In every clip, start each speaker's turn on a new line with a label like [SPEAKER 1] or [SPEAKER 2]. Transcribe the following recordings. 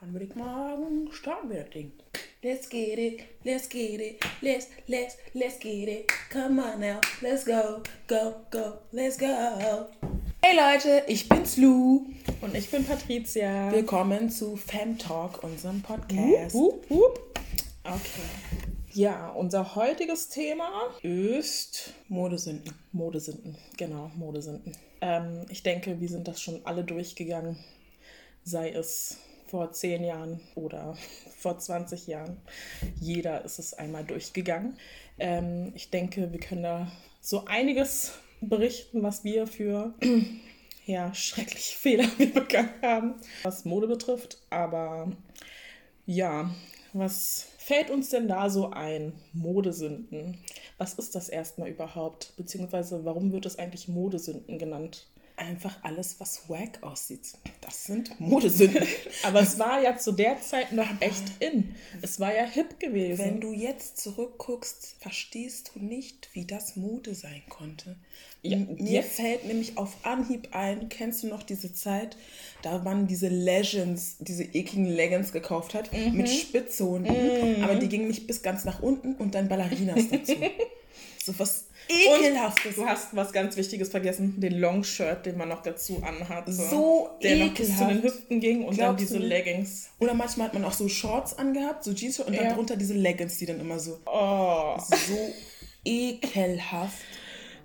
[SPEAKER 1] dann würde ich mal sagen, starten wir das Ding. Let's get it, let's get it, let's, let's, let's get it. Come on now, let's go, go, go, let's go. Hey Leute, ich bin's Lou.
[SPEAKER 2] Und ich bin Patricia.
[SPEAKER 1] Willkommen zu Fem Talk, unserem Podcast.
[SPEAKER 2] Hup, hup.
[SPEAKER 1] Okay.
[SPEAKER 2] Ja, unser heutiges Thema ist
[SPEAKER 1] Modesünden.
[SPEAKER 2] Modesünden. Genau, Modesünden. Ähm, ich denke, wir sind das schon alle durchgegangen, sei es vor zehn Jahren oder vor 20 Jahren. Jeder ist es einmal durchgegangen. Ähm, ich denke, wir können da so einiges berichten, was wir für ja, schreckliche Fehler wir begangen haben, was Mode betrifft. Aber ja, was fällt uns denn da so ein? Modesünden. Was ist das erstmal überhaupt? Beziehungsweise warum wird es eigentlich Modesünden genannt?
[SPEAKER 1] Einfach alles, was wack aussieht. Das sind Modesünden.
[SPEAKER 2] Aber es war ja zu der Zeit noch echt in. Es war ja hip gewesen.
[SPEAKER 1] Wenn du jetzt zurückguckst, verstehst du nicht, wie das Mode sein konnte.
[SPEAKER 2] Ja,
[SPEAKER 1] M- Mir
[SPEAKER 2] jetzt-
[SPEAKER 1] fällt nämlich auf Anhieb ein, kennst du noch diese Zeit, da man diese Legends, diese ekligen Leggings gekauft hat,
[SPEAKER 2] Mhm.
[SPEAKER 1] mit Spitzhosen, aber die gingen nicht bis ganz nach unten und dann Ballerinas dazu. so was
[SPEAKER 2] Und
[SPEAKER 1] Ekelhaftes.
[SPEAKER 2] Du hast was ganz Wichtiges vergessen, den Longshirt, den man noch dazu anhatte.
[SPEAKER 1] So
[SPEAKER 2] Der noch bis zu den
[SPEAKER 1] ekelhaft.
[SPEAKER 2] Hüften ging und dann
[SPEAKER 1] Glaubst
[SPEAKER 2] diese
[SPEAKER 1] du?
[SPEAKER 2] Leggings.
[SPEAKER 1] Oder manchmal hat man auch so Shorts angehabt, so Jeans und dann
[SPEAKER 2] Ja.
[SPEAKER 1] drunter diese Leggings, die dann immer so,
[SPEAKER 2] Oh.
[SPEAKER 1] so ekelhaft.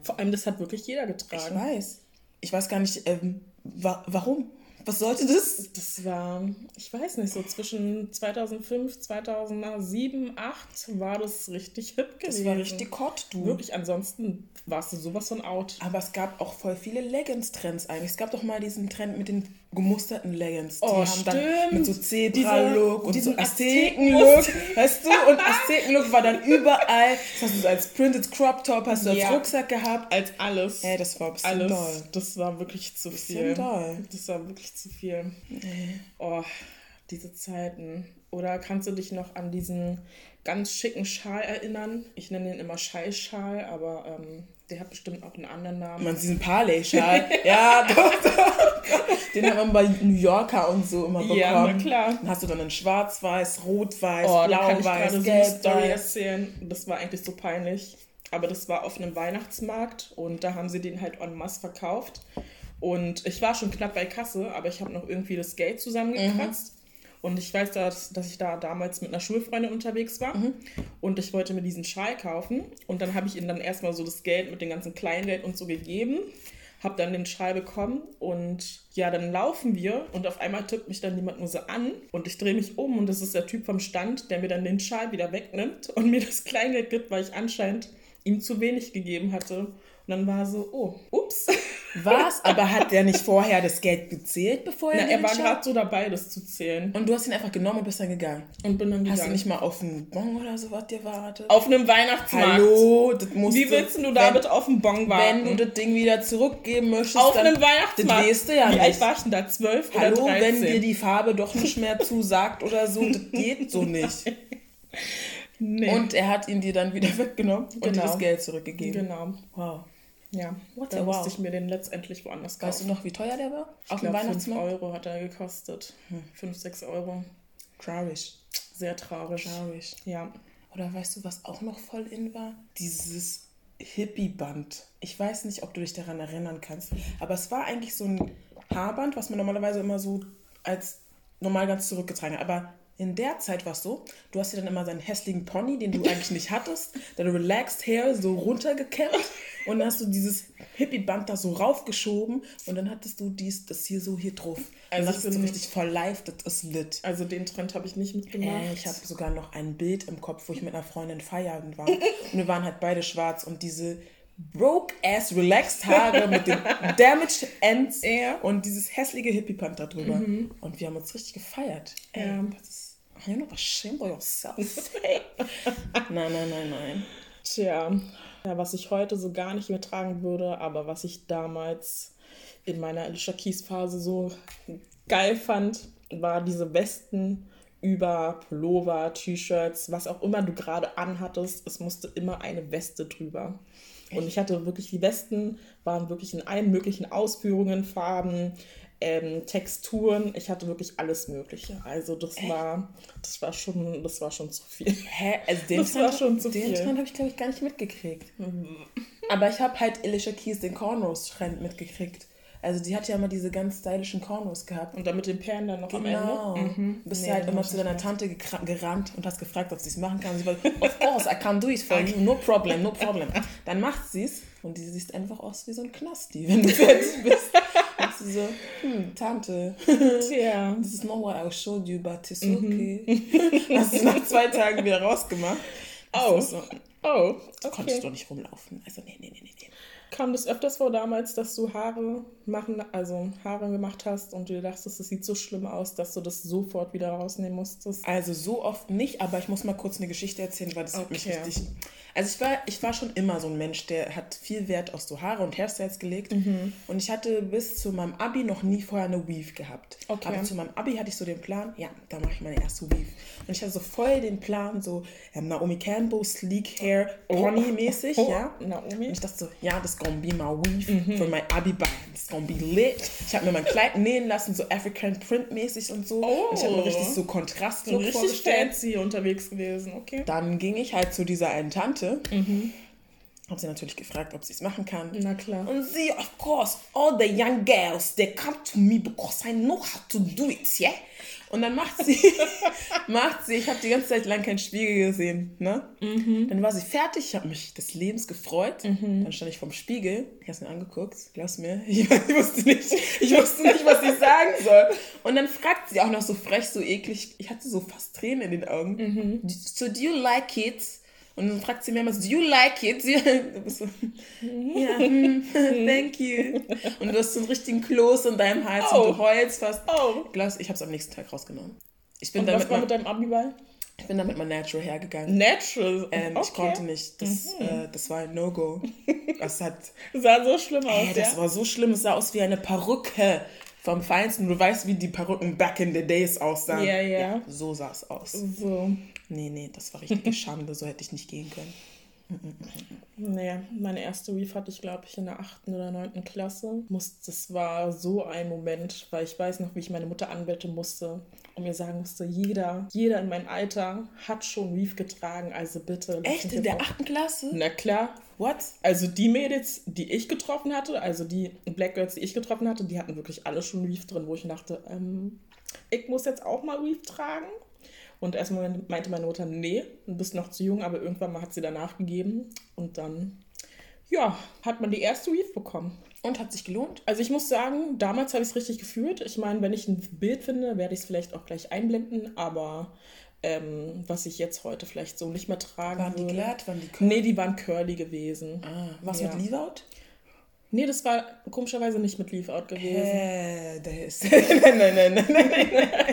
[SPEAKER 2] Vor allem, das hat wirklich jeder
[SPEAKER 1] Ich
[SPEAKER 2] getragen.
[SPEAKER 1] weiß. Ich weiß gar nicht, ähm, wa warum? Was sollte das?
[SPEAKER 2] Das war, ich weiß nicht, so zwischen 2005, 2007, 2008 war das richtig hip gewesen.
[SPEAKER 1] Das war richtig Ah. hot, du.
[SPEAKER 2] Wirklich, ansonsten warst du sowas von out.
[SPEAKER 1] Aber es gab auch voll viele Leggings-Trends eigentlich. Es gab doch mal diesen Trend mit den gemusterten Leggings.
[SPEAKER 2] Oh,
[SPEAKER 1] dann
[SPEAKER 2] stimmt.
[SPEAKER 1] mit so Zebra-Look
[SPEAKER 2] Diese-
[SPEAKER 1] und
[SPEAKER 2] diesen
[SPEAKER 1] so Azteken-Look, weißt du? Und Azteken-Look war dann überall. Das hast du so als printed Crop-Top, hast du
[SPEAKER 2] Ja.
[SPEAKER 1] als Rucksack gehabt.
[SPEAKER 2] Als alles.
[SPEAKER 1] Ey, das war ein bisschen
[SPEAKER 2] alles.
[SPEAKER 1] doll.
[SPEAKER 2] Das war wirklich zu
[SPEAKER 1] Bisschen
[SPEAKER 2] viel.
[SPEAKER 1] doll.
[SPEAKER 2] Das war wirklich zu viel. Oh, diese Zeiten. Oder kannst du dich noch an diesen ganz schicken Schal erinnern? Ich nenne den immer Scheißschal, aber ähm, der hat bestimmt auch einen anderen Namen.
[SPEAKER 1] Man diesen Parley-Schal. ja, doch, doch. Den hat man bei New Yorker und so immer bekommen.
[SPEAKER 2] Ja, na klar.
[SPEAKER 1] Dann hast du dann in schwarz-weiß, rot-weiß,
[SPEAKER 2] Oh, da kann ich gerade
[SPEAKER 1] blau-weiß,
[SPEAKER 2] so eine Story
[SPEAKER 1] gelb-weiß.
[SPEAKER 2] erzählen. Das war eigentlich so peinlich. Aber das war auf einem Weihnachtsmarkt und da haben sie den halt en masse verkauft. Und ich war schon knapp bei Kasse, aber ich habe noch irgendwie das Geld zusammengekratzt. Und ich weiß, dass, dass ich da damals mit einer Schulfreundin unterwegs war und ich wollte mir diesen Schal kaufen. Und dann habe ich ihnen dann erstmal so das Geld mit dem ganzen Kleingeld und so gegeben. Hab dann den Schal bekommen und ja, dann laufen wir und auf einmal tippt mich dann jemand nur so an und ich drehe mich um und das ist der Typ vom Stand, der mir dann den Schal wieder wegnimmt und mir das Kleingeld gibt, weil ich anscheinend ihm zu wenig gegeben hatte. Und dann war so, oh, ups.
[SPEAKER 1] Was? Aber hat der nicht vorher das Geld gezählt, bevor er
[SPEAKER 2] Na, er
[SPEAKER 1] den
[SPEAKER 2] war
[SPEAKER 1] Schal-
[SPEAKER 2] gerade so dabei, das zu zählen
[SPEAKER 1] Und du hast ihn einfach genommen und bist dann gegangen.
[SPEAKER 2] und bin dann gegangen.
[SPEAKER 1] Hast du nicht mal auf einen Bon oder so was dir wartet?
[SPEAKER 2] auf einem Weihnachtsmarkt.
[SPEAKER 1] Hallo, das musst
[SPEAKER 2] Wie willst du damit
[SPEAKER 1] wenn,
[SPEAKER 2] auf den Bon warten?
[SPEAKER 1] Wenn du das Ding wieder zurückgeben möchtest,
[SPEAKER 2] auf
[SPEAKER 1] dann,
[SPEAKER 2] einem Weihnachtsmarkt.
[SPEAKER 1] Das weißt du ja
[SPEAKER 2] Wie alt
[SPEAKER 1] nicht.
[SPEAKER 2] war ich denn da? Zwölf oder
[SPEAKER 1] Hallo,
[SPEAKER 2] dreizehn?
[SPEAKER 1] wenn dir die Farbe doch nicht mehr zusagt oder so, das geht so nicht.
[SPEAKER 2] nee.
[SPEAKER 1] Und er hat ihn dir dann wieder weggenommen und dir
[SPEAKER 2] Genau.
[SPEAKER 1] das Geld zurückgegeben.
[SPEAKER 2] genau.
[SPEAKER 1] Wow.
[SPEAKER 2] Ja,
[SPEAKER 1] What
[SPEAKER 2] da
[SPEAKER 1] a
[SPEAKER 2] musste
[SPEAKER 1] wow.
[SPEAKER 2] ich mir den letztendlich woanders kaufen.
[SPEAKER 1] Weißt du noch, wie teuer der war?
[SPEAKER 2] ich
[SPEAKER 1] Auf dem
[SPEAKER 2] glaub, fünf
[SPEAKER 1] Weihnachtsmarkt? Hm.
[SPEAKER 2] Euro hat er gekostet. fünf sechs Euro.
[SPEAKER 1] Traurig.
[SPEAKER 2] Sehr traurig.
[SPEAKER 1] Traurig.
[SPEAKER 2] Ja.
[SPEAKER 1] Oder weißt du, was auch noch voll in war? Dieses Hippie-Band. Ich weiß nicht, ob du dich daran erinnern kannst, aber es war eigentlich so ein Haarband, was man normalerweise immer so als normal ganz zurückgetragen hat. Aber in der Zeit war es so, du hast dir dann immer seinen hässlichen Pony, den du eigentlich nicht hattest, dein relaxed Hair so runtergekämmt und dann hast du dieses Hippie-Band da so raufgeschoben und dann hattest du dies, das hier so hier drauf. Also
[SPEAKER 2] Also ich
[SPEAKER 1] das ist so
[SPEAKER 2] bin-
[SPEAKER 1] richtig voll live, das ist lit.
[SPEAKER 2] Also den Trend habe ich nicht mitgemacht.
[SPEAKER 1] Äh, ich habe sogar noch ein Bild im Kopf, wo ich mit einer Freundin feiern war. Und wir waren halt beide schwarz und diese broke-ass relaxed Haare mit den damaged ends
[SPEAKER 2] Ja. Mhm.
[SPEAKER 1] und dieses hässliche Hippie-Pant da drüber. Und wir haben uns richtig gefeiert. Ey,
[SPEAKER 2] Ja.
[SPEAKER 1] das ist... You're not ashamed of yourself. nein, nein, nein, nein.
[SPEAKER 2] Tja, ja, was ich heute so gar nicht mehr tragen würde, aber was ich damals in meiner Alicia Keys Phase so geil fand, war diese Westen über Pullover, T-Shirts, was auch immer du gerade anhattest, es musste immer eine Weste drüber. Und ich hatte wirklich, die Westen waren wirklich in allen möglichen Ausführungen, Farben, ähm, Texturen. Ich hatte wirklich alles Mögliche. Also das war, das war schon, das war schon zu viel.
[SPEAKER 1] Hä? Also den
[SPEAKER 2] Das war
[SPEAKER 1] Trend-
[SPEAKER 2] schon zu
[SPEAKER 1] Den
[SPEAKER 2] viel. Mhm.
[SPEAKER 1] Trend habe ich, glaube ich, gar nicht mitgekriegt. Aber ich habe halt Alicia Keys den Cornrows-Trend mitgekriegt. Also die hat ja immer diese ganz stylischen Cornrows gehabt.
[SPEAKER 2] Und dann mit den Perlen dann noch am
[SPEAKER 1] Genau.
[SPEAKER 2] Ende.
[SPEAKER 1] Bist
[SPEAKER 2] Nee,
[SPEAKER 1] du halt
[SPEAKER 2] den
[SPEAKER 1] immer
[SPEAKER 2] hab
[SPEAKER 1] zu
[SPEAKER 2] ich
[SPEAKER 1] deiner Tante gekra- gerannt und hast gefragt, ob sie es machen kann. Und sie war, of course, I can do it for you. No problem, no problem. Dann macht sie es und die sieht einfach aus wie so ein Knasti, wenn du fertig bist. Und sie so, hm, Tante,
[SPEAKER 2] Ja.
[SPEAKER 1] This is not what I showed you, but it's okay. Hast du nach zwei Tagen wieder rausgemacht.
[SPEAKER 2] Oh.
[SPEAKER 1] Das ist so,
[SPEAKER 2] Oh,
[SPEAKER 1] da konntest
[SPEAKER 2] okay.
[SPEAKER 1] du doch nicht rumlaufen. Also, nee, nee, nee, nee, nee.
[SPEAKER 2] Kam das öfters vor damals, dass du Haare machen, also Haare gemacht hast und du dir dachtest, das sieht so schlimm aus, dass du das sofort wieder rausnehmen musstest?
[SPEAKER 1] Also, so oft nicht, aber ich muss mal kurz eine Geschichte erzählen, weil das hat mich
[SPEAKER 2] Okay.
[SPEAKER 1] richtig. Also, ich war, ich war schon immer so ein Mensch, der hat viel Wert auf so Haare und Hairstyles gelegt.
[SPEAKER 2] Mhm.
[SPEAKER 1] Und ich hatte bis zu meinem Abi noch nie vorher eine Weave gehabt.
[SPEAKER 2] Okay.
[SPEAKER 1] Aber zu meinem Abi hatte ich so den Plan, ja, da mache ich meine erste Weave. Und ich hatte so voll den Plan, so ähm, Naomi Campbell, Sleek Hair, Pony-mäßig,
[SPEAKER 2] Oh,
[SPEAKER 1] ja.
[SPEAKER 2] Naomi? Mhm.
[SPEAKER 1] Und ich dachte so, ja, das gonna be my weave für mein Abi-Band. Das gonna be lit. Ich habe mir mein Kleid nähen lassen, so African Print-mäßig und so.
[SPEAKER 2] Oh.
[SPEAKER 1] Und ich habe mir richtig so Kontrast so
[SPEAKER 2] richtig
[SPEAKER 1] vorgestellt.
[SPEAKER 2] fancy unterwegs gewesen, okay.
[SPEAKER 1] Dann ging ich halt zu dieser einen Tante. Hab sie natürlich gefragt, ob sie es machen kann.
[SPEAKER 2] Mhm. Na klar.
[SPEAKER 1] Und sie, of course, all the young girls, they come to me because I know how to do it, yeah? Und dann macht sie, macht sie, ich habe die ganze Zeit lang keinen Spiegel gesehen, ne? Dann war sie fertig, ich habe mich des Lebens gefreut. Dann stand ich vorm Spiegel, ich habe mir angeguckt, glaub's mir, ich, wusste nicht, ich wusste nicht, was ich sagen soll. Und dann fragt sie auch noch so frech, so eklig, ich hatte so fast Tränen in den Augen. So, do you like it? Und dann fragt sie mehrmals, do you like it? Du bist so, ja, hm, thank you. Und du hast so einen richtigen Kloß in deinem Hals
[SPEAKER 2] Oh.
[SPEAKER 1] und du heulst fast.
[SPEAKER 2] Oh.
[SPEAKER 1] Glas, ich hab's am nächsten Tag rausgenommen. Ich bin,
[SPEAKER 2] Und
[SPEAKER 1] damit
[SPEAKER 2] was war
[SPEAKER 1] mal,
[SPEAKER 2] mit deinem Abiball?
[SPEAKER 1] ich bin damit mal natural hergegangen.
[SPEAKER 2] Natural.
[SPEAKER 1] Ähm,
[SPEAKER 2] okay. Mhm.
[SPEAKER 1] Ich konnte nicht. Das, äh, das war ein No-Go. Das hat.
[SPEAKER 2] Sah so schlimm aus,
[SPEAKER 1] Ey,
[SPEAKER 2] ja?
[SPEAKER 1] das war so schlimm. Es sah aus wie eine Perücke vom Feinsten. Du weißt, wie die Perücken back in the days aussahen.
[SPEAKER 2] Ja, ja.
[SPEAKER 1] so sah es aus.
[SPEAKER 2] so.
[SPEAKER 1] Nee, nee, das war richtige Schande. So hätte ich nicht gehen können.
[SPEAKER 2] Naja, meine erste Weave hatte ich, glaube ich, in der 8. oder 9. Klasse. Muss, das war so ein Moment, weil ich weiß noch, wie ich meine Mutter anbetten musste und mir sagen musste, jeder, jeder in meinem Alter hat schon Weave getragen, also bitte. lass
[SPEAKER 1] Echt?
[SPEAKER 2] mich
[SPEAKER 1] In der
[SPEAKER 2] jetzt auch-
[SPEAKER 1] 8. Klasse?
[SPEAKER 2] Na klar.
[SPEAKER 1] What?
[SPEAKER 2] Also die Mädels, die ich getroffen hatte, also die Black Girls, die ich getroffen hatte, die hatten wirklich alle schon Weave drin, wo ich dachte, ähm, ich muss jetzt auch mal Weave tragen. Und erstmal meinte meine Mutter, nee, du bist noch zu jung, aber irgendwann mal hat sie danach gegeben. Und dann, ja, hat man die erste Weave bekommen.
[SPEAKER 1] Und hat sich gelohnt?
[SPEAKER 2] Also ich muss sagen, damals habe ich es richtig gefühlt. Ich meine, wenn ich ein Bild finde, werde ich es vielleicht auch gleich einblenden, aber ähm, was ich jetzt heute vielleicht so nicht mehr tragen
[SPEAKER 1] Waren die
[SPEAKER 2] würde.
[SPEAKER 1] glatt? Waren die curly?
[SPEAKER 2] Nee, die waren curly gewesen.
[SPEAKER 1] Ah, was
[SPEAKER 2] Ne. Ja.
[SPEAKER 1] mit Leave Out?
[SPEAKER 2] Nee, das war komischerweise nicht mit Leave Out gewesen.
[SPEAKER 1] Äh, der ist. nein, nein, nein, nein, nein.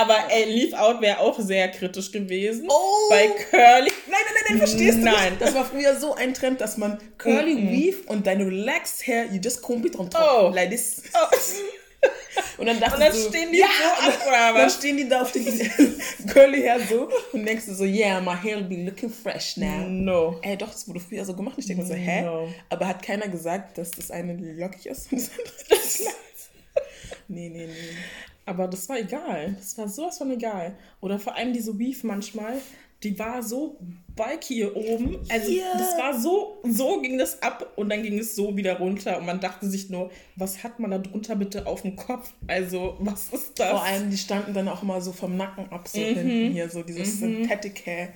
[SPEAKER 2] Aber ey, Leave Out wäre auch sehr kritisch gewesen.
[SPEAKER 1] Oh!
[SPEAKER 2] Bei Curly.
[SPEAKER 1] Nein, nein, nein, verstehst du
[SPEAKER 2] Nein.
[SPEAKER 1] nicht? Das war früher so ein Trend, dass man curly
[SPEAKER 2] Mhm.
[SPEAKER 1] weave und dein relaxed hair, you just comb it on top.
[SPEAKER 2] Oh.
[SPEAKER 1] Like this.
[SPEAKER 2] Oh.
[SPEAKER 1] Und dann dachtest
[SPEAKER 2] Und dann
[SPEAKER 1] du,
[SPEAKER 2] stehen die
[SPEAKER 1] ja,
[SPEAKER 2] so ab, oder
[SPEAKER 1] dann
[SPEAKER 2] was?
[SPEAKER 1] stehen die da auf dem curly hair so und denkst du so, yeah, my hair will be looking fresh now.
[SPEAKER 2] No.
[SPEAKER 1] Ey, doch, das wurde früher so gemacht. Ich denke mir so, hä?
[SPEAKER 2] Mm. No.
[SPEAKER 1] Aber hat keiner gesagt, dass das eine lockig ist und das andere glatt? Nee, nee, nee.
[SPEAKER 2] Aber das war egal. Das war sowas von egal. Oder vor allem diese Weave manchmal, die war so bulky hier oben. Also
[SPEAKER 1] Ja.
[SPEAKER 2] das war so, so ging das ab und dann ging es so wieder runter. Und man dachte sich nur, was hat man da drunter bitte auf dem Kopf? Also, was ist das?
[SPEAKER 1] Vor allem, die standen dann auch immer so vom Nacken ab,
[SPEAKER 2] Mhm.
[SPEAKER 1] so hinten hier, so dieses Synthetic Hair.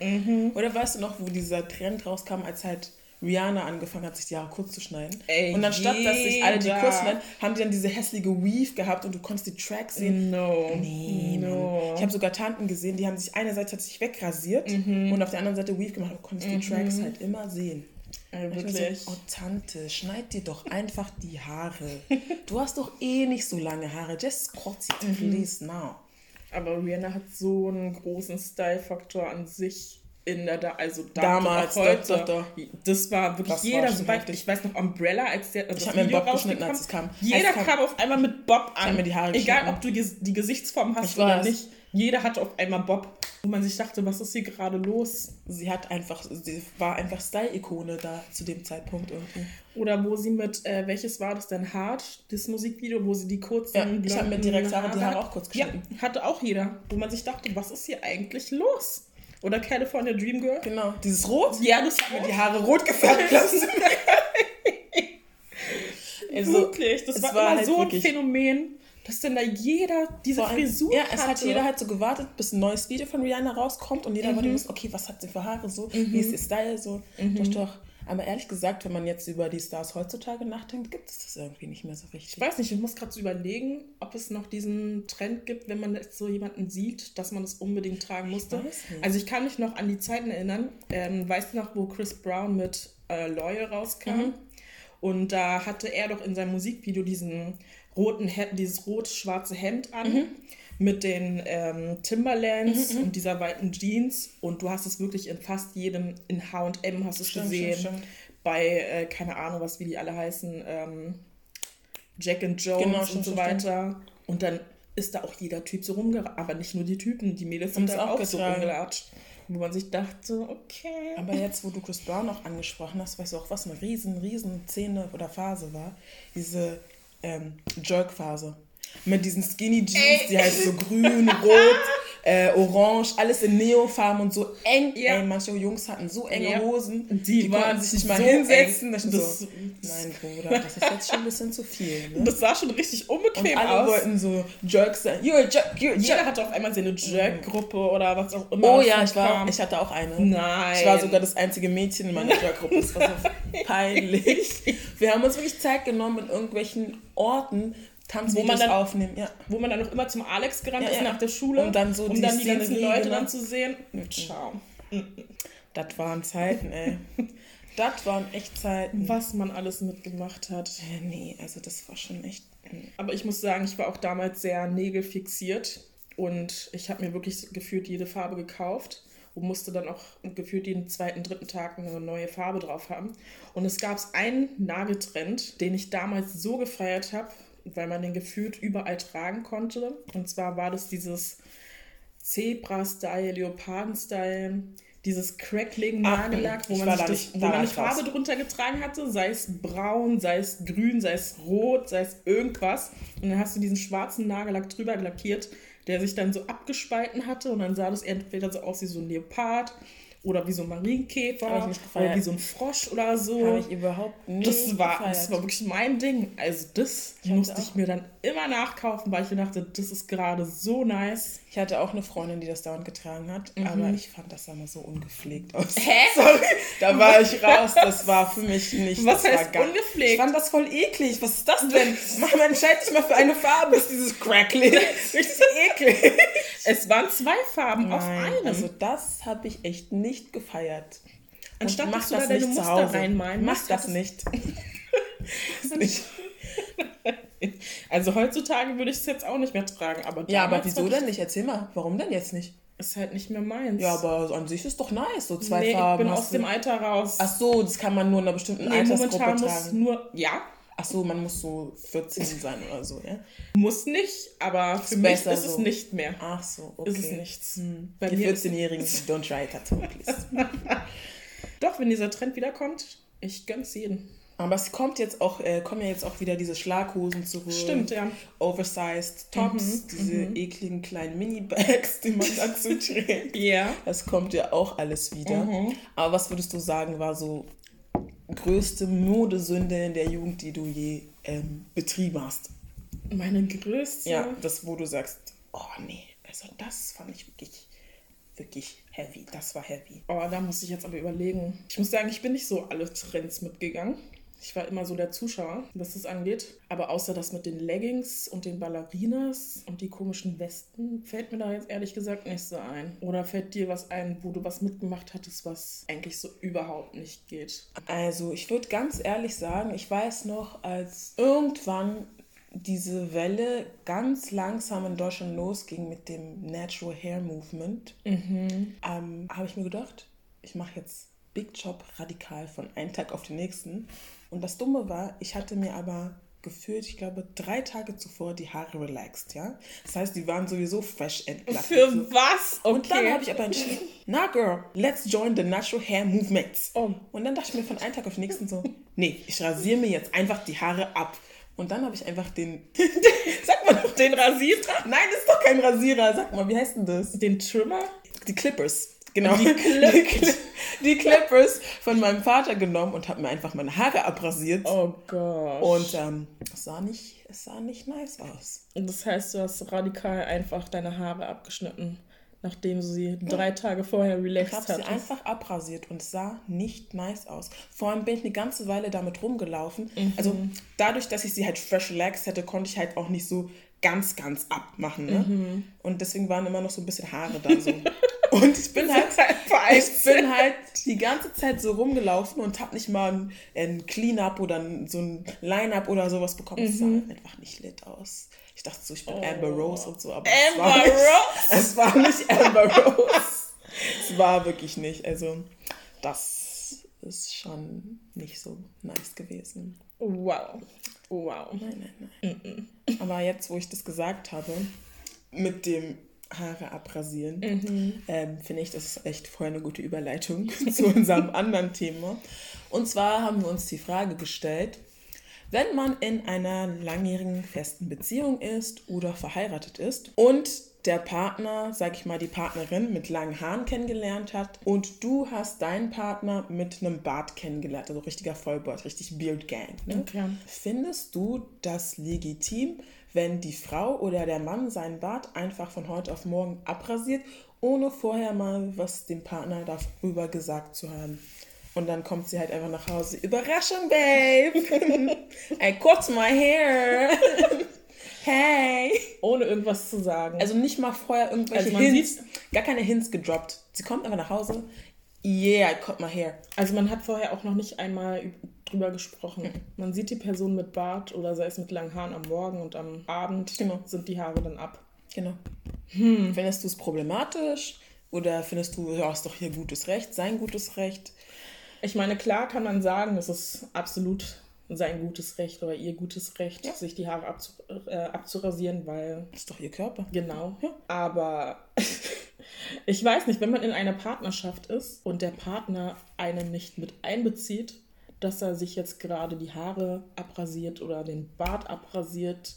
[SPEAKER 1] Oder weißt du noch, wo dieser Trend rauskam, als halt Rihanna angefangen hat, sich die Haare kurz zu schneiden?
[SPEAKER 2] Ey,
[SPEAKER 1] und dann statt, dass sich alle die
[SPEAKER 2] jeder.
[SPEAKER 1] kurz schneiden, haben die dann diese hässliche Weave gehabt und du konntest die Tracks sehen.
[SPEAKER 2] No.
[SPEAKER 1] Nee, Mann. Ich habe sogar Tanten gesehen, die haben sich einerseits hat sich wegrasiert
[SPEAKER 2] Mhm.
[SPEAKER 1] und auf der anderen Seite Weave gemacht. Du konntest die Tracks halt immer sehen.
[SPEAKER 2] Ey,
[SPEAKER 1] Ich war
[SPEAKER 2] Mhm. Äh, wirklich.
[SPEAKER 1] So, oh Tante, schneid dir doch einfach die Haare. Du hast doch eh nicht so lange Haare. Just cut
[SPEAKER 2] Mhm.
[SPEAKER 1] it, please, now.
[SPEAKER 2] Aber Rihanna hat so einen großen Style-Faktor an sich in der da also da
[SPEAKER 1] Damals,
[SPEAKER 2] auch heute.
[SPEAKER 1] doch, doch, doch.
[SPEAKER 2] Das war wirklich
[SPEAKER 1] Das war
[SPEAKER 2] jeder,
[SPEAKER 1] schon
[SPEAKER 2] sobald
[SPEAKER 1] heftig.
[SPEAKER 2] ich weiß noch Umbrella, als der also
[SPEAKER 1] Ich hab mir einen Bob geschnitten, als es kam.
[SPEAKER 2] Jeder
[SPEAKER 1] Es kam-
[SPEAKER 2] kam, auf einmal mit Bob an.
[SPEAKER 1] hab mir die Haare
[SPEAKER 2] Egal,
[SPEAKER 1] geschnitten.
[SPEAKER 2] ob du ges- die Gesichtsform hast
[SPEAKER 1] Ich
[SPEAKER 2] oder
[SPEAKER 1] weiß.
[SPEAKER 2] nicht. Jeder hatte auf einmal Bob. wo man sich dachte, was ist hier gerade los?
[SPEAKER 1] Sie hat einfach, sie war einfach Style-Ikone da zu dem Zeitpunkt irgendwie.
[SPEAKER 2] Oder wo sie mit, äh, welches war das denn, Hart, das Musikvideo, wo sie die kurzen
[SPEAKER 1] Ja, ich habe mir direkt Sarah die
[SPEAKER 2] hat.
[SPEAKER 1] Haare auch kurz
[SPEAKER 2] Ja,
[SPEAKER 1] geschnitten.
[SPEAKER 2] hatte auch jeder, wo man sich dachte, was ist hier eigentlich los? Oder California Dream Girl.
[SPEAKER 1] Genau. Dieses Rot?
[SPEAKER 2] Ja, das hat
[SPEAKER 1] Mir die Haare rot gefärbt lassen. also,
[SPEAKER 2] wirklich, das
[SPEAKER 1] es
[SPEAKER 2] war,
[SPEAKER 1] war
[SPEAKER 2] immer
[SPEAKER 1] halt
[SPEAKER 2] so ein
[SPEAKER 1] wirklich-
[SPEAKER 2] Phänomen, dass dann da jeder diese
[SPEAKER 1] vor allem-
[SPEAKER 2] Frisur
[SPEAKER 1] Ja, es hat
[SPEAKER 2] hatte.
[SPEAKER 1] jeder halt so gewartet, bis ein neues Video von Rihanna rauskommt und jeder
[SPEAKER 2] Mhm.
[SPEAKER 1] wollte wissen, okay, was hat sie für Haare so, wie ist ihr Style so. Doch, doch. Aber ehrlich gesagt, wenn man jetzt über die Stars heutzutage nachdenkt, gibt es das irgendwie nicht mehr so
[SPEAKER 2] Ich
[SPEAKER 1] richtig.
[SPEAKER 2] weiß nicht, ich muss gerade so überlegen, ob es noch diesen Trend gibt, wenn man jetzt so jemanden sieht, dass man das unbedingt tragen musste.
[SPEAKER 1] weiß nicht.
[SPEAKER 2] also ich kann mich noch an die Zeiten erinnern. Ähm, weißt du noch, wo Chris Brown mit äh, Loyal rauskam?
[SPEAKER 1] Mhm.
[SPEAKER 2] Und da hatte er doch in seinem Musikvideo diesen roten Hemd, dieses rot-schwarze Hemd an
[SPEAKER 1] Mhm.
[SPEAKER 2] mit den ähm, Timberlands und dieser weiten Jeans. Und du hast es wirklich in fast jedem, in H&M hast du es
[SPEAKER 1] Stimmt,
[SPEAKER 2] gesehen.
[SPEAKER 1] stimmt, stimmt.
[SPEAKER 2] Bei, äh, keine Ahnung, was wie die alle heißen, ähm, Jack and Jones
[SPEAKER 1] Genau,
[SPEAKER 2] und
[SPEAKER 1] stimmt,
[SPEAKER 2] so
[SPEAKER 1] stimmt,
[SPEAKER 2] weiter. Und dann ist da auch jeder Typ so rumgeratscht. Aber nicht nur die Typen, die Mädels sind
[SPEAKER 1] Haben's
[SPEAKER 2] da auch,
[SPEAKER 1] auch
[SPEAKER 2] so
[SPEAKER 1] getragen.
[SPEAKER 2] rumgelatscht. Wo man sich dachte, okay.
[SPEAKER 1] Aber jetzt, wo du Chris Brown auch angesprochen hast, weißt du auch, was eine riesen, riesen Szene oder Phase war? Diese ähm, Jerk-Phase. Mit diesen Skinny Jeans,
[SPEAKER 2] Ey.
[SPEAKER 1] die halt so grün, rot, äh, orange, alles in Neofarben und so eng.
[SPEAKER 2] Ja.
[SPEAKER 1] Ey, manche Jungs hatten so enge
[SPEAKER 2] Ja.
[SPEAKER 1] Hosen,
[SPEAKER 2] Die
[SPEAKER 1] die,
[SPEAKER 2] waren
[SPEAKER 1] konnten sich nicht mal
[SPEAKER 2] so
[SPEAKER 1] hinsetzen.
[SPEAKER 2] eng.
[SPEAKER 1] Das,
[SPEAKER 2] Das-
[SPEAKER 1] das, so, nein, Bruder, das ist jetzt schon ein bisschen zu viel. Ne?
[SPEAKER 2] Das sah schon richtig
[SPEAKER 1] Und
[SPEAKER 2] unbequem
[SPEAKER 1] alle
[SPEAKER 2] aus.
[SPEAKER 1] wollten so Jerks sein. You're a jerk, you're a
[SPEAKER 2] Jeder
[SPEAKER 1] jerk.
[SPEAKER 2] hatte auf einmal seine Jerk-Gruppe oder was auch immer.
[SPEAKER 1] Oh
[SPEAKER 2] was
[SPEAKER 1] ja,
[SPEAKER 2] dann
[SPEAKER 1] ich, war,
[SPEAKER 2] kam.
[SPEAKER 1] ich hatte auch eine.
[SPEAKER 2] Nein.
[SPEAKER 1] Ich war sogar das einzige Mädchen in meiner Gruppe. Das war so peinlich. Wir haben uns wirklich Zeit genommen mit irgendwelchen Orten,
[SPEAKER 2] Wo man
[SPEAKER 1] Tanzvideos
[SPEAKER 2] dann-
[SPEAKER 1] aufnehmen. Ja.
[SPEAKER 2] wo man dann auch immer zum Alex gerannt
[SPEAKER 1] Ja,
[SPEAKER 2] ist
[SPEAKER 1] ja.
[SPEAKER 2] nach der Schule,
[SPEAKER 1] Um dann so
[SPEAKER 2] um
[SPEAKER 1] die
[SPEAKER 2] dann die ganzen
[SPEAKER 1] Szenerie,
[SPEAKER 2] Leute
[SPEAKER 1] genau. Mhm.
[SPEAKER 2] dann zu sehen. Ciao.
[SPEAKER 1] Das waren Zeiten, ey. Das waren echt Zeiten.
[SPEAKER 2] Was man alles mitgemacht hat.
[SPEAKER 1] Äh, Nee, also das war schon echt. äh,
[SPEAKER 2] Aber ich muss sagen, ich war auch damals sehr nägelfixiert und ich habe mir wirklich gefühlt jede Farbe gekauft und musste dann auch gefühlt jeden zweiten, dritten Tag eine neue Farbe drauf haben. Und es gab einen Nageltrend, den ich damals so gefeiert habe, weil man den gefühlt überall tragen konnte. Und zwar war das dieses Zebra-Style, Leoparden-Style, dieses Crackling-Nagellack,
[SPEAKER 1] Ah,
[SPEAKER 2] wo
[SPEAKER 1] ich
[SPEAKER 2] man,
[SPEAKER 1] war
[SPEAKER 2] sich
[SPEAKER 1] da
[SPEAKER 2] das,
[SPEAKER 1] nicht-
[SPEAKER 2] wo
[SPEAKER 1] da
[SPEAKER 2] man
[SPEAKER 1] war
[SPEAKER 2] nicht
[SPEAKER 1] ich raus.
[SPEAKER 2] Farbe drunter getragen hatte, sei es braun, sei es grün, sei es rot, sei es irgendwas. Und dann hast du diesen schwarzen Nagellack drüber lackiert, der sich dann so abgespalten hatte und dann sah das entweder so aus wie so ein Leopard oder wie so ein
[SPEAKER 1] Hab
[SPEAKER 2] Marienkäfer
[SPEAKER 1] ich nicht gefeiert.
[SPEAKER 2] oder wie so ein Frosch oder so.
[SPEAKER 1] Habe ich überhaupt nicht.
[SPEAKER 2] Das war, das war
[SPEAKER 1] gefeiert.
[SPEAKER 2] wirklich mein Ding. Also das
[SPEAKER 1] Ich hatte
[SPEAKER 2] musste ich
[SPEAKER 1] auch-
[SPEAKER 2] mir dann immer nachkaufen, weil ich mir dachte, das ist gerade so nice.
[SPEAKER 1] Ich hatte auch eine Freundin, die das dauernd getragen hat, aber ich fand das immer so ungepflegt aus.
[SPEAKER 2] Mhm. Hä?
[SPEAKER 1] Sorry, da war ich raus. Das war für mich nicht.
[SPEAKER 2] Was
[SPEAKER 1] das
[SPEAKER 2] heißt
[SPEAKER 1] war gar-
[SPEAKER 2] ungepflegt?
[SPEAKER 1] Ich fand das voll eklig. Was ist das denn? Man entscheidet sich mal für eine Farbe. Ist dieses Crackling? Richtig eklig.
[SPEAKER 2] Es waren zwei Farben auf einem.
[SPEAKER 1] also das habe ich echt nicht gefeiert. Und
[SPEAKER 2] Anstatt,
[SPEAKER 1] mach
[SPEAKER 2] dass du da deine Muster reinmalen
[SPEAKER 1] Mach
[SPEAKER 2] musst,
[SPEAKER 1] das
[SPEAKER 2] hat es-
[SPEAKER 1] nicht.
[SPEAKER 2] Also heutzutage würde ich es jetzt auch nicht mehr tragen, aber
[SPEAKER 1] Ja, aber
[SPEAKER 2] damals
[SPEAKER 1] wieso
[SPEAKER 2] fand
[SPEAKER 1] denn nicht? Erzähl mal, warum denn jetzt nicht?
[SPEAKER 2] ich- Ist halt nicht mehr meins.
[SPEAKER 1] Ja, aber an sich ist doch nice, so zwei
[SPEAKER 2] nee,
[SPEAKER 1] Farben.
[SPEAKER 2] ich bin
[SPEAKER 1] hast
[SPEAKER 2] aus
[SPEAKER 1] du.
[SPEAKER 2] dem Alter raus.
[SPEAKER 1] Ach so, das kann man nur in einer bestimmten
[SPEAKER 2] nee,
[SPEAKER 1] Altersgruppe
[SPEAKER 2] momentan muss
[SPEAKER 1] tragen.
[SPEAKER 2] nur ja,
[SPEAKER 1] Ach so, man muss so 14 sein oder so, ja?
[SPEAKER 2] muss nicht, aber für
[SPEAKER 1] Ist
[SPEAKER 2] mich ist
[SPEAKER 1] besser
[SPEAKER 2] es
[SPEAKER 1] so.
[SPEAKER 2] nicht mehr.
[SPEAKER 1] Ach so, okay. Hm.
[SPEAKER 2] Ist es nichts. Bei
[SPEAKER 1] Die
[SPEAKER 2] mir ist,
[SPEAKER 1] 14-Jährigen, don't try it at home, please.
[SPEAKER 2] doch, wenn dieser Trend wiederkommt, ich gönn's jedem.
[SPEAKER 1] Aber es kommt jetzt auch, äh, kommen ja jetzt auch wieder diese Schlaghosen zurück.
[SPEAKER 2] Stimmt, ja. Mhm,
[SPEAKER 1] Oversized Tops, diese ekligen kleinen Mini-Bags, die man dazu trägt.
[SPEAKER 2] Ja.
[SPEAKER 1] Das kommt ja auch alles wieder.
[SPEAKER 2] Mhm.
[SPEAKER 1] Aber was würdest du sagen, war so größte Modesünde in der Jugend, die du je ähm, betrieben hast?
[SPEAKER 2] Meine größte.
[SPEAKER 1] Ja, das, wo du sagst, oh nee, also das fand ich wirklich, wirklich heavy. Das war heavy.
[SPEAKER 2] Oh, da muss ich jetzt aber überlegen. Ich muss sagen, ich bin nicht so alle Trends mitgegangen. Ich war immer so der Zuschauer, was das angeht. Aber außer das mit den Leggings und den Ballerinas und die komischen Westen, fällt mir da jetzt ehrlich gesagt nichts so ein. Oder fällt dir was ein, wo du was mitgemacht hattest, was eigentlich so überhaupt nicht geht?
[SPEAKER 1] Also ich würde ganz ehrlich sagen, ich weiß noch, als irgendwann diese Welle ganz langsam in Deutschland losging mit dem Natural Hair Movement, ähm, habe ich mir gedacht, ich mache jetzt Big Job radikal von einem Tag auf den nächsten. Und das Dumme war, ich hatte mir aber gefühlt, ich glaube, drei Tage zuvor die Haare relaxed, ja? Das heißt, die waren sowieso fresh and glatt.
[SPEAKER 2] Für was? Okay.
[SPEAKER 1] Und dann habe ich aber entschieden, na girl, let's join the natural hair movements.
[SPEAKER 2] Oh.
[SPEAKER 1] Und dann dachte ich mir von einem Tag auf den nächsten so, nee, ich rasiere mir jetzt einfach die Haare ab. Und dann habe ich einfach den, sag mal doch,
[SPEAKER 2] den Rasierer,
[SPEAKER 1] nein, das ist doch kein Rasierer, sag mal, wie heißt denn das?
[SPEAKER 2] den Trimmer.
[SPEAKER 1] Die Clippers. Genau.
[SPEAKER 2] Die Clip-
[SPEAKER 1] die, Cli- die Clippers von meinem Vater genommen und habe mir einfach meine Haare abrasiert.
[SPEAKER 2] Oh Gott.
[SPEAKER 1] Und ähm, es, sah nicht, es sah nicht nice aus.
[SPEAKER 2] Und das heißt, du hast radikal einfach deine Haare abgeschnitten, nachdem du sie drei Tage vorher
[SPEAKER 1] Ich habe
[SPEAKER 2] relaxed
[SPEAKER 1] sie
[SPEAKER 2] hattest.
[SPEAKER 1] einfach abrasiert und es sah nicht nice aus. Vor allem bin ich eine ganze Weile damit rumgelaufen. Also dadurch, dass ich sie halt fresh relaxed hätte, konnte ich halt auch nicht so ganz, ganz abmachen. Ne? Und deswegen waren immer noch so ein bisschen Haare da so. und ich bin halt Ich bin halt die ganze Zeit so rumgelaufen und habe nicht mal ein, äh, ein Clean-Up oder ein, so ein Line-Up oder sowas bekommen. Es sah einfach nicht lit aus. Ich dachte so, ich bin Amber Rose und so, aber es, war
[SPEAKER 2] Amber
[SPEAKER 1] nicht,
[SPEAKER 2] Rose?
[SPEAKER 1] es war nicht Amber Rose. es war wirklich nicht. Also, das ist schon nicht so nice gewesen.
[SPEAKER 2] Wow. Wow.
[SPEAKER 1] Nein, nein, nein. Aber jetzt, wo ich das gesagt habe, mit dem Haare abrasieren,
[SPEAKER 2] Mhm.
[SPEAKER 1] ähm, finde ich, das ist echt voll eine gute Überleitung zu unserem anderen Thema. Und zwar haben wir uns die Frage gestellt, wenn man in einer langjährigen festen Beziehung ist oder verheiratet ist und der Partner, sag ich mal, die Partnerin mit langen Haaren kennengelernt hat und du hast deinen Partner mit einem Bart kennengelernt, also richtiger Vollbart, richtig Beard Gang. Ne?
[SPEAKER 2] Okay.
[SPEAKER 1] Findest du das legitim, wenn die Frau oder der Mann seinen Bart einfach von heute auf morgen abrasiert, ohne vorher mal was dem Partner darüber gesagt zu haben? Und dann kommt sie halt einfach nach Hause. Überraschung, Babe! I cut my hair! Hey!
[SPEAKER 2] Ohne irgendwas zu sagen.
[SPEAKER 1] Also nicht mal vorher irgendwelche
[SPEAKER 2] Also man
[SPEAKER 1] Hints, gar keine Hints gedroppt. Sie kommt einfach nach Hause. Yeah, I cut my hair.
[SPEAKER 2] Also man hat vorher auch noch nicht einmal üb- drüber gesprochen.
[SPEAKER 1] Mhm.
[SPEAKER 2] Man sieht die Person mit Bart oder sei es mit langen Haaren am Morgen und am Abend
[SPEAKER 1] Genau.
[SPEAKER 2] sind die Haare dann ab.
[SPEAKER 1] Genau.
[SPEAKER 2] Hm.
[SPEAKER 1] Findest du es problematisch oder findest du, ja, ist doch hier gutes Recht, sein gutes Recht?
[SPEAKER 2] Ich meine, klar kann man sagen, es ist absolut sein gutes Recht oder ihr gutes Recht,
[SPEAKER 1] Ja.
[SPEAKER 2] sich die Haare abzu äh, abzurasieren, weil
[SPEAKER 1] Ist doch ihr Körper.
[SPEAKER 2] Genau.
[SPEAKER 1] Ja.
[SPEAKER 2] Aber ich weiß nicht, wenn man in einer Partnerschaft ist und der Partner einen nicht mit einbezieht, dass er sich jetzt gerade die Haare abrasiert oder den Bart abrasiert,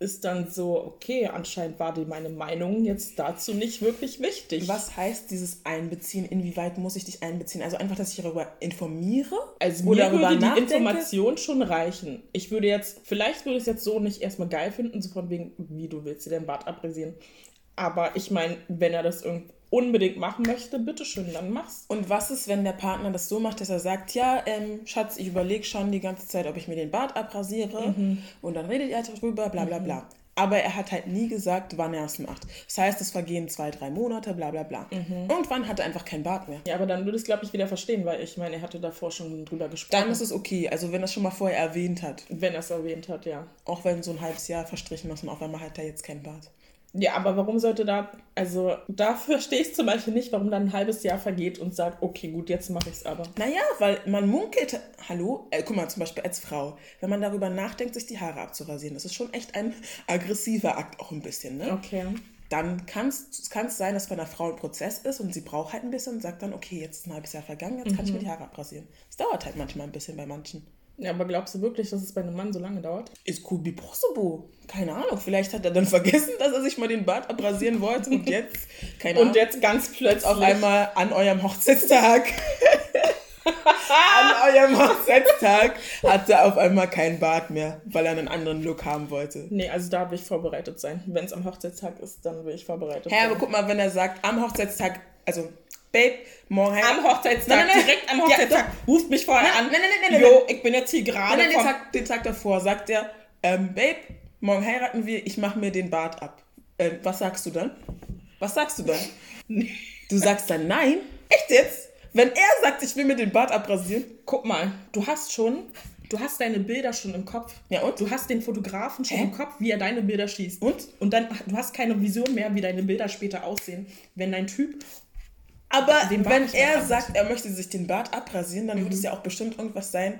[SPEAKER 2] ist dann so, okay, anscheinend war dir meine Meinung jetzt dazu nicht wirklich wichtig.
[SPEAKER 1] Was heißt dieses Einbeziehen? Inwieweit muss ich dich einbeziehen? Also einfach, dass ich darüber informiere?
[SPEAKER 2] Also
[SPEAKER 1] Oder
[SPEAKER 2] mir
[SPEAKER 1] darüber
[SPEAKER 2] würde die
[SPEAKER 1] nachdenke?
[SPEAKER 2] Information schon reichen. Ich würde jetzt, vielleicht würde ich es jetzt so nicht erstmal geil finden, so von wegen, wie du willst dir den Bart abrasieren. Aber ich meine, wenn er das irgend unbedingt machen möchte, bitteschön, dann mach's.
[SPEAKER 1] Und was ist, wenn der Partner das so macht, dass er sagt, ja, ähm, Schatz, ich überlege schon die ganze Zeit, ob ich mir den Bart abrasiere. Und dann redet er darüber, bla bla bla. Aber er hat halt nie gesagt, wann er es macht. Das heißt, es vergehen zwei, drei Monate, bla bla bla. Irgendwann hat er einfach keinen Bart mehr.
[SPEAKER 2] Ja, aber dann würde ich es, glaube ich, wieder verstehen, weil ich meine, er hatte davor schon drüber gesprochen.
[SPEAKER 1] Dann ist es okay. Also wenn er es schon mal vorher erwähnt hat.
[SPEAKER 2] wenn er es erwähnt hat, ja.
[SPEAKER 1] Auch wenn so ein halbes Jahr verstrichen ist und auf einmal hat er jetzt keinen Bart.
[SPEAKER 2] Ja, aber warum sollte da, also da verstehe ich zum Beispiel nicht, warum dann ein halbes Jahr vergeht und sagt, okay, gut, jetzt mache ich es aber.
[SPEAKER 1] Naja, weil man munkelt, hallo, äh, guck mal, zum Beispiel als Frau, wenn man darüber nachdenkt, sich die Haare abzurasieren, das ist schon echt ein aggressiver Akt auch ein bisschen, ne?
[SPEAKER 2] Okay.
[SPEAKER 1] Dann kann es kann es sein, dass bei einer Frau ein Prozess ist und sie braucht halt ein bisschen und sagt dann, okay, jetzt ist ein halbes Jahr vergangen, jetzt kann ich mir
[SPEAKER 2] Mhm.
[SPEAKER 1] die Haare abrasieren. Es dauert halt manchmal ein bisschen bei manchen.
[SPEAKER 2] Ja, aber glaubst du wirklich, dass es bei einem Mann so lange dauert?
[SPEAKER 1] Ist cool wie possible. Keine Ahnung, vielleicht hat er dann vergessen, dass er sich mal den Bart abrasieren wollte und jetzt, keine Ahnung.
[SPEAKER 2] Und jetzt ganz plötzlich
[SPEAKER 1] auf einmal an eurem Hochzeitstag. an eurem Hochzeitstag hatte er auf einmal keinen Bart mehr, weil er einen anderen Look haben wollte.
[SPEAKER 2] Nee, also da will ich vorbereitet sein. Wenn es am Hochzeitstag ist, dann will ich vorbereitet
[SPEAKER 1] Hä,
[SPEAKER 2] sein.
[SPEAKER 1] aber guck mal, wenn er sagt, am Hochzeitstag, also, Babe, morgen heiraten-
[SPEAKER 2] am Hochzeitstag,
[SPEAKER 1] Nein, nein, nein.
[SPEAKER 2] direkt am
[SPEAKER 1] Ja,
[SPEAKER 2] Hochzeitstag, ruft mich vorher
[SPEAKER 1] Nein,
[SPEAKER 2] an.
[SPEAKER 1] nein, nein, nein, nein,
[SPEAKER 2] Jo, ich bin jetzt hier
[SPEAKER 1] Nein,
[SPEAKER 2] gerade.
[SPEAKER 1] nein, den
[SPEAKER 2] vom-
[SPEAKER 1] Tag, den Tag davor sagt er, ähm, Babe, morgen heiraten wir, ich mache mir den Bart ab. Ähm, was sagst du dann? Was sagst du dann? Du sagst dann nein? Echt jetzt? Wenn er sagt, ich will mir den Bart abrasieren,
[SPEAKER 2] Guck mal, du hast schon, du hast deine Bilder schon im Kopf.
[SPEAKER 1] Ja, und?
[SPEAKER 2] Du hast den Fotografen schon
[SPEAKER 1] Hä?
[SPEAKER 2] im Kopf, wie er deine Bilder schießt.
[SPEAKER 1] Und?
[SPEAKER 2] Und dann, du hast keine Vision mehr, wie deine Bilder später aussehen. Wenn dein Typ,
[SPEAKER 1] Aber
[SPEAKER 2] Den Bart
[SPEAKER 1] wenn
[SPEAKER 2] nicht mehr
[SPEAKER 1] er
[SPEAKER 2] abrasieren. Mhm.
[SPEAKER 1] sagt, er möchte sich den Bart abrasieren, dann wird es ja auch bestimmt irgendwas sein,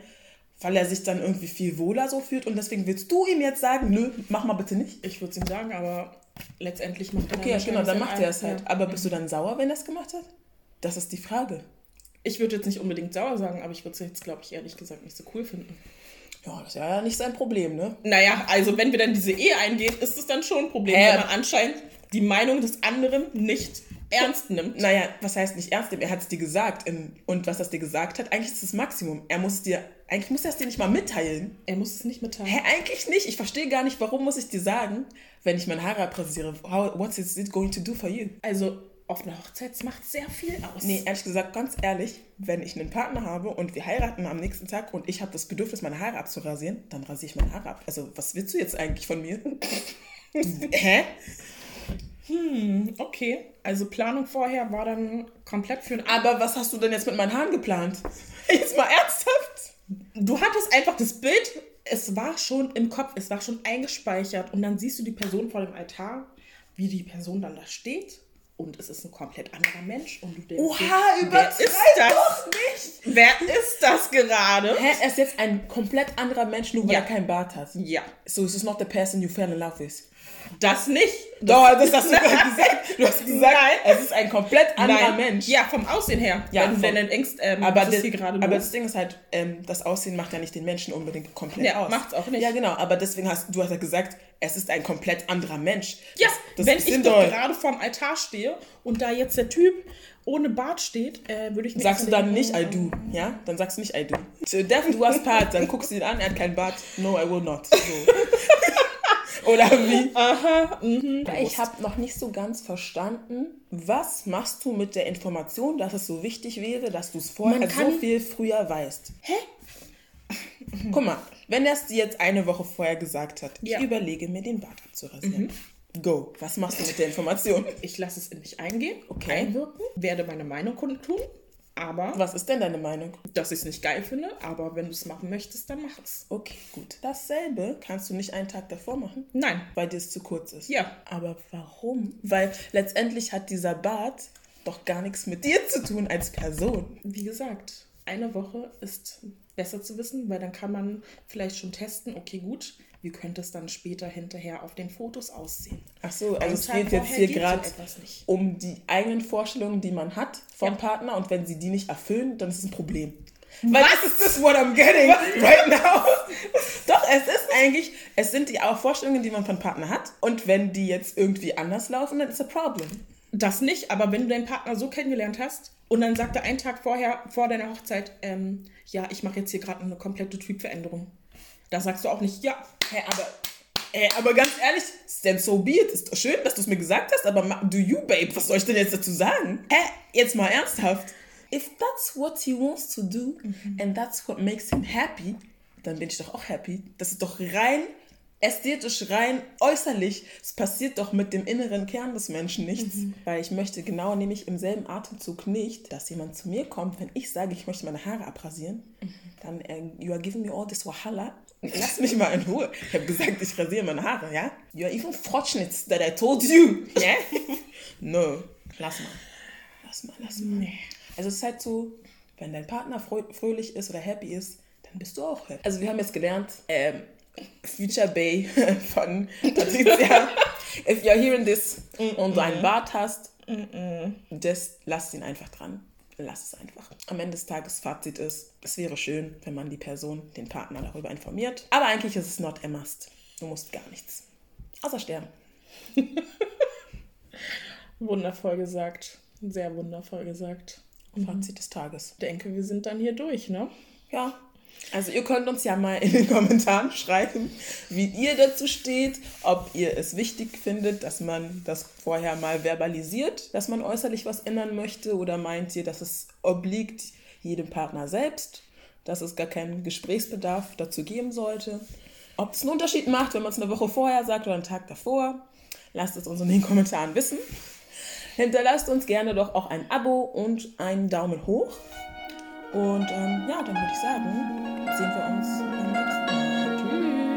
[SPEAKER 1] weil er sich dann irgendwie viel wohler so fühlt und deswegen willst du ihm jetzt sagen, nö, mach mal bitte nicht.
[SPEAKER 2] Ich würde es ihm sagen, aber letztendlich macht er
[SPEAKER 1] Okay, ja, genau,
[SPEAKER 2] wahrscheinlich
[SPEAKER 1] dann
[SPEAKER 2] sein
[SPEAKER 1] macht er es
[SPEAKER 2] eigenes-
[SPEAKER 1] halt. Aber bist du dann sauer, wenn er es gemacht hat? Das ist die Frage.
[SPEAKER 2] Ich würde jetzt nicht unbedingt sauer sagen, aber ich würde es jetzt, glaube ich, ehrlich gesagt nicht so cool finden.
[SPEAKER 1] Ja, das ist ja nicht sein Problem, ne?
[SPEAKER 2] Naja, also wenn wir dann diese Ehe eingehen, ist es dann schon ein Problem,
[SPEAKER 1] Hä?
[SPEAKER 2] wenn man anscheinend die Meinung des anderen nicht ernst nimmt.
[SPEAKER 1] Naja, was heißt nicht ernst nehmen? Er hat es dir gesagt. Im, und was das dir gesagt hat, eigentlich ist das Maximum. Er muss dir, eigentlich muss er es dir nicht mal mitteilen.
[SPEAKER 2] Er muss es nicht mitteilen.
[SPEAKER 1] Hä, eigentlich nicht. Ich verstehe gar nicht, warum muss ich dir sagen, wenn ich meine Haare abrasiere, how, what's it going to do for you?
[SPEAKER 2] Also auf einer Hochzeit es macht sehr viel aus.
[SPEAKER 1] Nee, ehrlich gesagt, ganz ehrlich, wenn ich einen Partner habe und wir heiraten am nächsten Tag und ich habe das Bedürfnis, meine Haare abzurasieren, dann rasiere ich meine Haare ab. Also, was willst du jetzt eigentlich von mir? Hä? Hm,
[SPEAKER 2] Okay, also Planung vorher war dann komplett für ein Ab.
[SPEAKER 1] Aber was hast du denn jetzt mit meinen Haaren geplant? Jetzt mal ernsthaft?
[SPEAKER 2] Du hattest einfach das Bild, es war schon im Kopf, es war schon eingespeichert und dann siehst du die Person vor dem Altar, wie die Person dann da steht und es ist ein komplett anderer Mensch und du denkst, dir,
[SPEAKER 1] Oha,
[SPEAKER 2] wer
[SPEAKER 1] übertreib
[SPEAKER 2] ist das?
[SPEAKER 1] doch nicht!
[SPEAKER 2] Wer ist das gerade?
[SPEAKER 1] Hä, er ist jetzt ein komplett anderer Mensch, nur weil
[SPEAKER 2] Ja.
[SPEAKER 1] er keinen Bart hat.
[SPEAKER 2] Ja,
[SPEAKER 1] So, es ist not the person you fell in love with.
[SPEAKER 2] das nicht.
[SPEAKER 1] Doch, das hast du gerade gesagt. Du hast gesagt,
[SPEAKER 2] Nein.
[SPEAKER 1] es ist ein komplett anderer
[SPEAKER 2] Nein.
[SPEAKER 1] Mensch.
[SPEAKER 2] Ja, vom Aussehen her.
[SPEAKER 1] Ja,
[SPEAKER 2] wenn du
[SPEAKER 1] vom-
[SPEAKER 2] denn dann denkst, ähm,
[SPEAKER 1] Aber,
[SPEAKER 2] was ist
[SPEAKER 1] das,
[SPEAKER 2] hier gerade
[SPEAKER 1] aber
[SPEAKER 2] los?
[SPEAKER 1] das Ding ist halt, ähm, das Aussehen macht ja nicht den Menschen unbedingt komplett
[SPEAKER 2] Ja,
[SPEAKER 1] aus.
[SPEAKER 2] macht's auch nicht.
[SPEAKER 1] Ja, genau. Aber deswegen hast du hast ja gesagt, es ist ein komplett anderer Mensch.
[SPEAKER 2] Ja,
[SPEAKER 1] das, das
[SPEAKER 2] wenn
[SPEAKER 1] ist
[SPEAKER 2] ich doch
[SPEAKER 1] sinnvoll.
[SPEAKER 2] gerade vorm Altar stehe und da jetzt der Typ ohne Bart steht, äh, würde ich mir
[SPEAKER 1] Sagst du
[SPEAKER 2] erstmal
[SPEAKER 1] dann nicht
[SPEAKER 2] denken,
[SPEAKER 1] I do, ja? Dann sagst du nicht I do. So, Devin, du hast Bart, dann guckst du ihn an, er hat keinen Bart. No, I will not. So. Oder wie? Ich habe noch nicht so ganz verstanden, was machst du mit der Information, dass es so wichtig wäre, dass du es vorher
[SPEAKER 2] Man
[SPEAKER 1] so
[SPEAKER 2] kann-
[SPEAKER 1] viel früher weißt. Hä? Guck mal, wenn er es dir jetzt eine Woche vorher gesagt hat,
[SPEAKER 2] Ja.
[SPEAKER 1] ich überlege mir den Bart abzurasieren. Go, was machst du mit der Information?
[SPEAKER 2] ähm, Ich lasse es in mich eingehen,
[SPEAKER 1] Okay.
[SPEAKER 2] einwirken, werde meine Meinung kundtun, aber
[SPEAKER 1] Was ist denn deine Meinung?
[SPEAKER 2] dass ich es nicht geil finde, aber wenn du es machen möchtest, dann mach es.
[SPEAKER 1] Okay, gut. Dasselbe kannst du nicht einen Tag davor machen.
[SPEAKER 2] Nein.
[SPEAKER 1] weil dir es zu kurz ist.
[SPEAKER 2] Ja.
[SPEAKER 1] Aber warum? Weil letztendlich hat dieser Bart doch gar nichts mit dir zu tun als Person.
[SPEAKER 2] Wie gesagt, eine Woche ist besser zu wissen, weil dann kann man vielleicht schon testen, okay, gut, wie könnte es dann später hinterher auf den Fotos aussehen?
[SPEAKER 1] Ach so,
[SPEAKER 2] Einen
[SPEAKER 1] also es
[SPEAKER 2] Tag
[SPEAKER 1] geht jetzt
[SPEAKER 2] vorher
[SPEAKER 1] hier
[SPEAKER 2] geht so
[SPEAKER 1] gerade
[SPEAKER 2] etwas nicht.
[SPEAKER 1] um die eigenen Vorstellungen, die man hat vom
[SPEAKER 2] Ja.
[SPEAKER 1] Partner und wenn sie die nicht erfüllen, dann ist es ein Problem. Weil das ist das, what I'm getting right now. Doch, es ist eigentlich, es sind die auch Vorstellungen, die man von Partner hat und wenn die jetzt irgendwie anders laufen, dann ist es ein Problem.
[SPEAKER 2] Das nicht, aber wenn du deinen Partner so kennengelernt hast und dann sagt er einen Tag vorher, vor deiner Hochzeit, ähm, ja, ich mache jetzt hier gerade eine komplette Typveränderung. Da sagst du auch nicht, ja,
[SPEAKER 1] Hä, aber, ey, aber ganz ehrlich, then so be it. Ist doch schön, dass du es mir gesagt hast, aber ma- do you, babe? Was soll ich denn jetzt dazu sagen? Hä, jetzt mal ernsthaft. If that's what he wants to do and that's what makes him happy, dann bin ich doch auch happy. Das ist doch rein ästhetisch, rein äußerlich. Es passiert doch mit dem inneren Kern des Menschen nichts. Weil ich möchte genau nämlich im selben Atemzug nicht, dass jemand zu mir kommt, wenn ich sage, ich möchte meine Haare abrasieren, dann äh, you are giving me all this Wahala. Lass mich mal in Ruhe. Ich habe gesagt, ich rasiere meine Haare, ja? You are even fortunate that I told you, yeah? no, lass mal. Lass mal, lass mal. Also es ist halt so, wenn dein Partner frö- fröhlich ist oder happy ist, dann bist du auch happy. Also wir haben jetzt gelernt, ähm, Future Bay von Patricia. If you're hearing this und du einen Bart hast, das lass ihn einfach dran. Lass es einfach. Am Ende des Tages Fazit ist, es wäre schön, wenn man die Person, den Partner darüber informiert. Aber eigentlich ist es not a must. Du musst gar nichts. Außer sterben.
[SPEAKER 2] wundervoll gesagt, sehr wundervoll gesagt.
[SPEAKER 1] Fazit des Tages.
[SPEAKER 2] Mhm. Ich denke, wir sind dann hier durch, ne?
[SPEAKER 1] Ja. Also ihr könnt uns ja mal in den Kommentaren schreiben, wie ihr dazu steht, ob ihr es wichtig findet, dass man das vorher mal verbalisiert, dass man äußerlich was ändern möchte oder meint ihr, dass es obliegt jedem Partner selbst, dass es gar keinen Gesprächsbedarf dazu geben sollte. Ob es einen Unterschied macht, wenn man es eine Woche vorher sagt oder einen Tag davor, lasst es uns in den Kommentaren wissen. Hinterlasst uns gerne doch auch ein Abo und einen Daumen hoch. Und ähm, ja, dann würde ich sagen, sehen wir uns beim nächsten Mal. Tschüss.